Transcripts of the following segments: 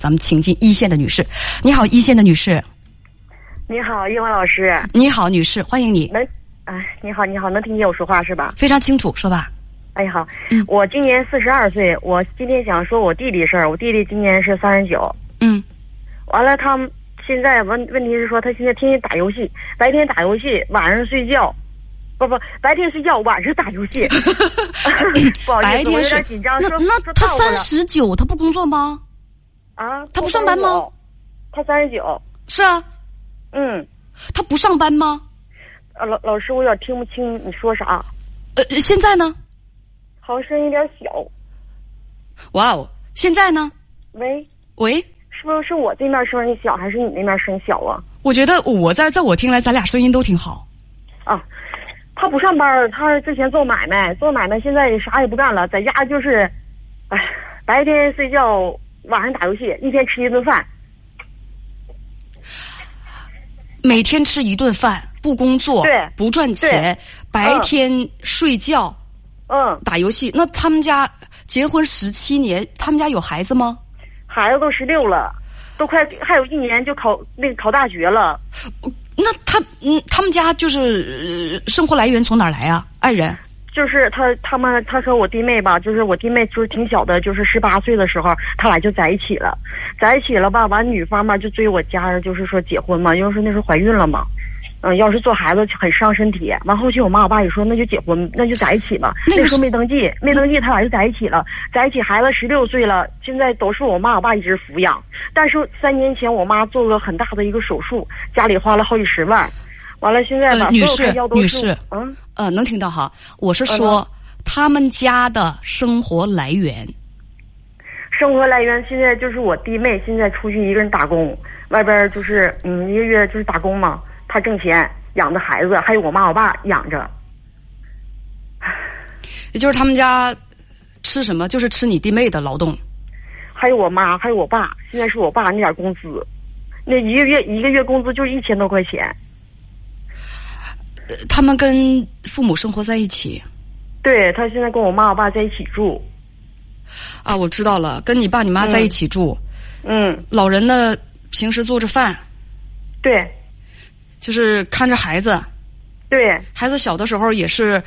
咱们请进一线的女士。你好，一线的女士。你好，叶文老师。你好，女士，欢迎你。能，哎，你好，你好，能听见我说话是吧？非常清楚，说吧。哎好，嗯我今年四十二岁，我今天想说我弟弟事儿。我弟弟今年是三十九，嗯完了他们现在问问题是说他现在天天打游戏，白天打游戏，晚上睡觉，不不，白天睡觉，晚上打游 戏。不好意思，白我天哦有是点紧张。那说那说他倒过来三十九，他不工作吗？啊，他不上班吗？他三十九，是啊，嗯，他不上班吗？呃老老师我有点听不清你说啥，呃，现在呢？好像声音有点小。哇哦，现在呢？喂，喂，是不是是我这面声音小，还是你那面声音小啊？我觉得我在在我听来，咱俩声音都挺好。啊，他不上班儿，他之前做买卖，做买卖现在啥也不干了，在家就是，哎，白天睡觉，晚上打游戏，一天吃一顿饭。每天吃一顿饭，不工作，对不赚钱，白天睡觉、嗯，打游戏。那他们家结婚十七年，他们家有孩子吗？孩子都十六了，都快还有一年就考那个考大学了。那他嗯，他们家就是、呃生活来源从哪儿来啊？爱人就是他他们他和我弟妹吧，就是我弟妹就是挺小的，就是十八岁的时候，他俩就在一起了，在一起了吧，完女方嘛就追我家人，就是说结婚嘛，因为说那时候怀孕了嘛。嗯，要是做孩子很伤身体。完后期我妈我爸也说，那就结婚，那就在一起吧。那个那时是候没登记，没登记，他俩就在一起了。在一起，孩子十六岁了，现在都是我妈我爸一直抚养。但是三年前我妈做了很大的一个手术，家里花了好几十万。完了，现在呃把所女有士开销都女是士嗯呃，能听到哈？我是嗯说、他们家的生活来源。生活来源现在就是我弟妹，现在出去一个人打工，外边儿就是嗯一个月就是打工嘛，她挣钱养着孩子，还有我妈我爸养着。也就是他们家吃什么，就是吃你弟妹的劳动。还有我妈，还有我爸，现在是我爸那点工资，那一个月一个月工资就一千多块钱。呃他们跟父母生活在一起对他现在跟我妈我爸在一起住，啊，我知道了，跟你爸你妈在一起住。嗯，老人呢，平时做着饭，对就是看着孩子。对，孩子小的时候也是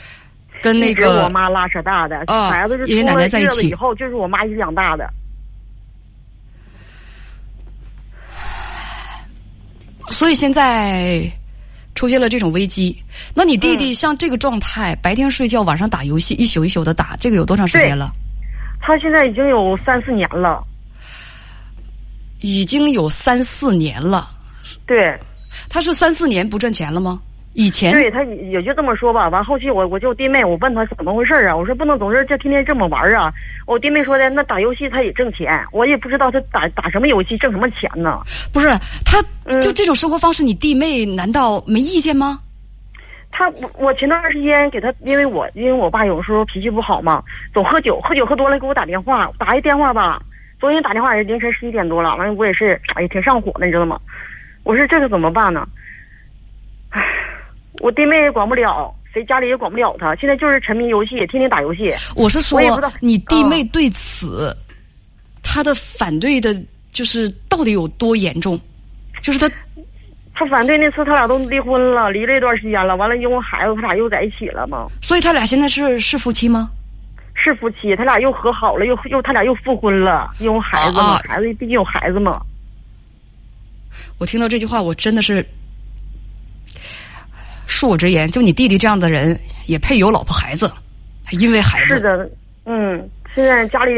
跟一那直个我妈拉扯大的，啊孩子是爷爷出奶了奶在一月子起以后就是我妈一直养大的。所以现在出现了这种危机。那你弟嗯弟像这个状态，白天睡觉，晚上打游戏，一宿一宿的打，这个有多长时间了？他现在已经有三四年了，已经有三四年了。对，他是三四年不赚钱了吗？以前对他也也就这么说吧。完后期我我就弟妹，我问他怎么回事儿啊？我说不能总是这天天这么玩儿啊。我弟妹说的那打游戏他也挣钱，我也不知道他打打什么游戏挣什么钱呢。不是他嗯就这种生活方式，你弟妹难道没意见吗？他我我前段时间给他，因为我因为我爸有时候脾气不好嘛，总喝酒，喝酒喝多了给我打电话，打一电话吧，昨天打电话也凌晨十一点多了，完了我也是哎呀挺上火的，你知道吗？我说这可怎么办呢？唉，我弟妹也管不了，谁家里也管不了他，现在就是沉迷游戏，天天打游戏。我是说我也不知道，嗯你弟妹对此，她的反对的，就是到底有多严重？就是她他反对那次他俩都离婚了，离了一段时间了，完了因为孩子他俩又在一起了嘛，所以他俩现在是是夫妻吗？是夫妻，他俩又和好了，又又他俩又复婚了，因为孩子啊嘛啊，孩子毕竟有孩子嘛。我听到这句话，我真的是恕我直言，就你弟弟这样的人也配有老婆孩子，还因为孩是子。的，嗯，现在家里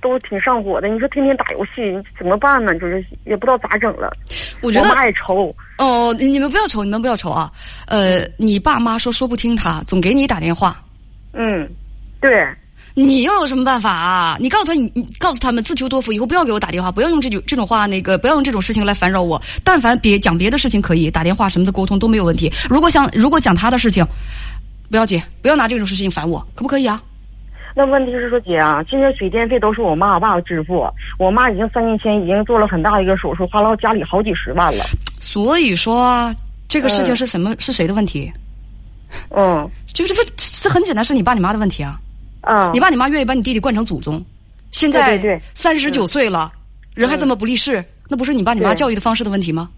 都挺上火的，你说天天打游戏你怎么办呢？就是也不知道咋整了。我我觉得妈也愁，哦，你你们不要愁，你们不要愁啊。呃，你爸妈说说不听他，总给你打电话，嗯，对，你又有什么办法啊？你告诉他，你你告诉他们自求多福，以后不要给我打电话，不要用这句这种话，那个不要用这种事情来烦扰我。但凡别讲别的事情可以，打电话什么的沟通都没有问题。如果想如果讲他的事情，不要紧，不要拿这种事情烦我，可不可以啊？那问题是说姐啊，现在水电费都是我妈我爸支付，我妈已经三年前已经做了很大一个手术，花了家里好几十万了。所以说啊，这个事情是什么、是谁的问题？嗯就是这这很简单，是你爸你妈的问题啊。啊你，爸你妈愿意把你弟弟惯成祖宗，现在对对对嗯三十九岁了，人还这么不立世，那不是你爸你妈对教育的方式的问题 吗？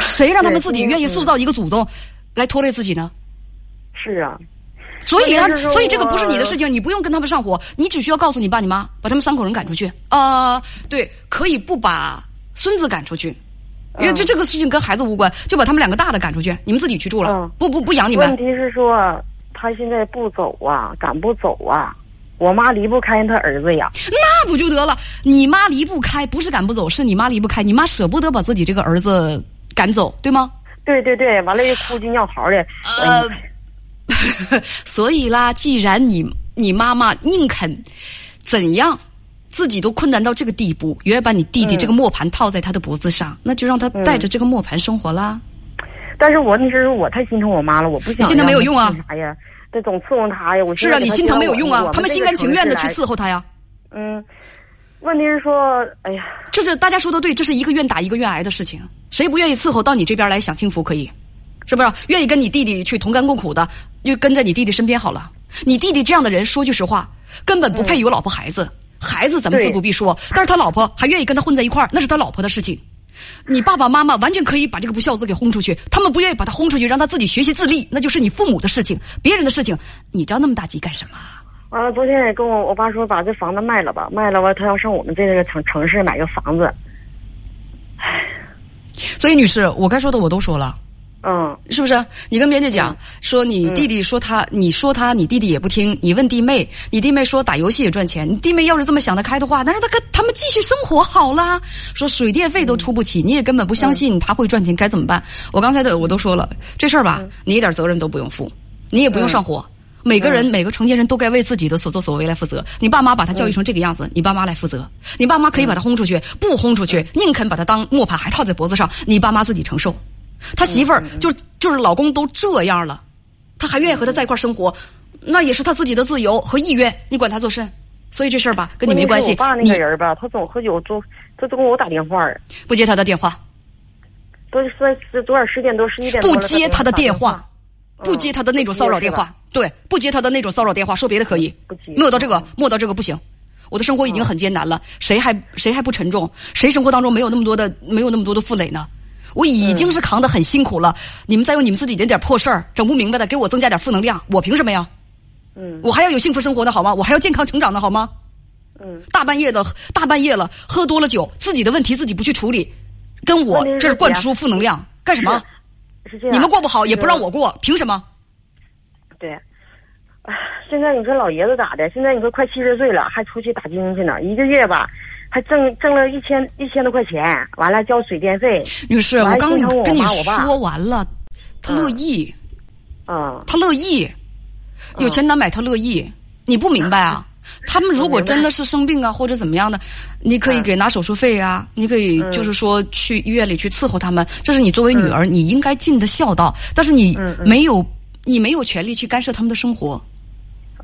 谁让他们自己愿意塑造一个祖宗来拖累自己呢？是啊，所以啊关键，是说所以这个不是你的我事情，你不用跟他们上火，你只需要告诉你爸你妈，把他们三口人赶出去。呃，对，可以不把孙子赶出去，嗯因为这这个事情跟孩子无关，就把他们两个大的赶出去，你们自己去住了，嗯不不不养你问们。题是说他现在不走啊，赶不走啊，我妈离不开他儿子呀。那不就得了？你妈离不开，不是赶不走，是你妈离不开，你妈舍不得把自己这个儿子赶走，对吗？对对对，完了又哭唧尿嚎的，哎呃， 所以啦，既然你你妈妈宁肯怎样，自己都困难到这个地步，远远把你弟弟这个磨盘套在他的脖子上，那就让他带着这个磨盘生活啦。但是我问题是我太心疼我妈了，我不想。你心疼没有用啊！啥呀？这总伺候她呀，我是啊，你心疼没有用啊，他们心甘情愿的去伺。伺候他呀。嗯，问题是说，哎呀，这是大家说的对，这是一个愿打一个愿挨的事情，谁不愿意伺候到你这边来享幸福可以？是不是愿意跟你弟弟去同甘共苦的，就跟在你弟弟身边好了？你弟弟这样的人，说句实话，根本不配有老婆孩子，孩子咱们对自不必说，但是他老婆还愿意跟他混在一块儿，那是他老婆的事情。你爸爸妈妈完全可以把这个不孝子给轰出去，他们不愿意把他轰出去，让他自己学习自立，那就是你父母的事情，别人的事情，你着那么大急干什么？完了，昨天也跟我我爸说，把这房子卖了吧，卖了吧，他要上我们这个城城市买个房子。所以，女士，我该说的我都说了。嗯，是不是？你跟编辑讲、说你弟弟说他，你说他，你弟弟也不听。你问弟妹，你弟妹说打游戏也赚钱。你弟妹要是这么想得开的话，那让他跟他们继续生活好啦。说水电费都出不起，你也根本不相信他会赚钱，该怎么办？我刚才的我都说了，这事儿吧，你一点责任都不用负，你也不用上火。每个人、每个成年人都该为自己的所作所为来负责。你爸妈把他教育成这个样子，你爸妈来负责。你爸妈可以把他轰出去，不轰出去，宁肯把他当磨盘还套在脖子上，你爸妈自己承受。他媳嗯妇儿就就是老公都这样了，他还愿意和他在一块儿生活，那也是他自己的自由和意愿，你管他作甚？所以这事儿吧，跟你没关系我爸，那你个人吧，他总喝酒，总他总给我打电话儿，不接他的电话，都是在昨晚十点多、十一点多不了接他他的给电我打嗯话，不接他的那种骚扰电话，对，不接他的那种骚扰电话，说别的可以不接，没有到这个，没有到这个不行。我的生活已经很艰难了，谁还谁还不沉重？谁生活当中没有那么多的没有那么多的负累呢？我已嗯经是扛得很辛苦了，你们再用你们自己的点破事儿，整不明白的，给我增加点负能量，我凭什么呀？嗯我还要有幸福生活的好吗？我还要健康成长的好吗？嗯，大半夜的，大半夜了，喝多了酒，自己的问题自己不去处理，跟我问题是这是灌姐输负能量干什么？是这样。你们过不好也不让我。我过，凭什么？对，唉现在你说老爷子咋的？现在你说快七十岁了，还出去打工去呢，一个月吧，还挣挣了一千一千多块钱，完了交水电费，女士，我还我刚心疼我跟你妈我爸说完了，他乐意，嗯，他乐意，有钱难买他乐意，你不明白啊？他们如果真的是生病啊，或者怎么样的，你可以嗯给拿手术费啊，你可以就是说去医院里去伺候他们，这是你作为女儿你应该尽的孝道。但是你嗯嗯没有，你没有权利去干涉他们的生活。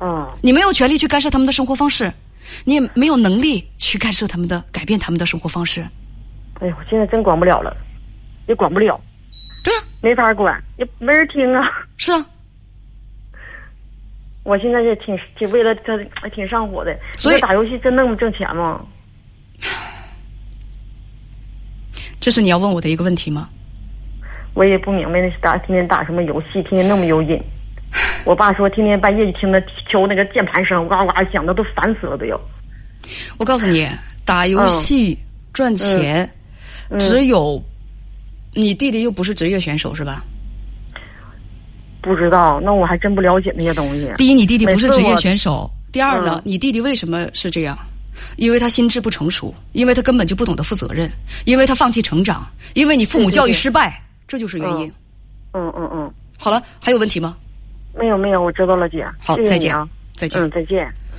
嗯，你没有权利去干涉他们的生活方式，你也没有能力去干涉他们的改变他们的生活方式。哎呦，我现在真管不了了，也管不了，对啊，没法管，也没人听啊。 是啊，我现在也挺挺为了他还挺上火的，所以你说打游戏真那么挣钱吗？这是你要问我的一个问题吗？我也不明白那是打天天打什么游戏，天天那么有 瘾。我爸说天天半夜就听他敲那个键盘声，哇哇响的都烦死了都要。我告诉你，打游戏嗯赚钱，只有你弟弟又不是职业选手是吧？嗯不知道，那我还真不了解那些东西。第一，你弟弟不是每次职业我选手；第二呢，嗯你弟弟为什么是这样？因为他心智不成熟，因为他根本就不懂得负责任，因为他放弃成长，因为你父母对对教育对失败，这就是原因。嗯嗯嗯嗯，好了，还有问题吗？没有没有，我知道了，姐。好，谢谢再你见啊，再见。嗯，再见。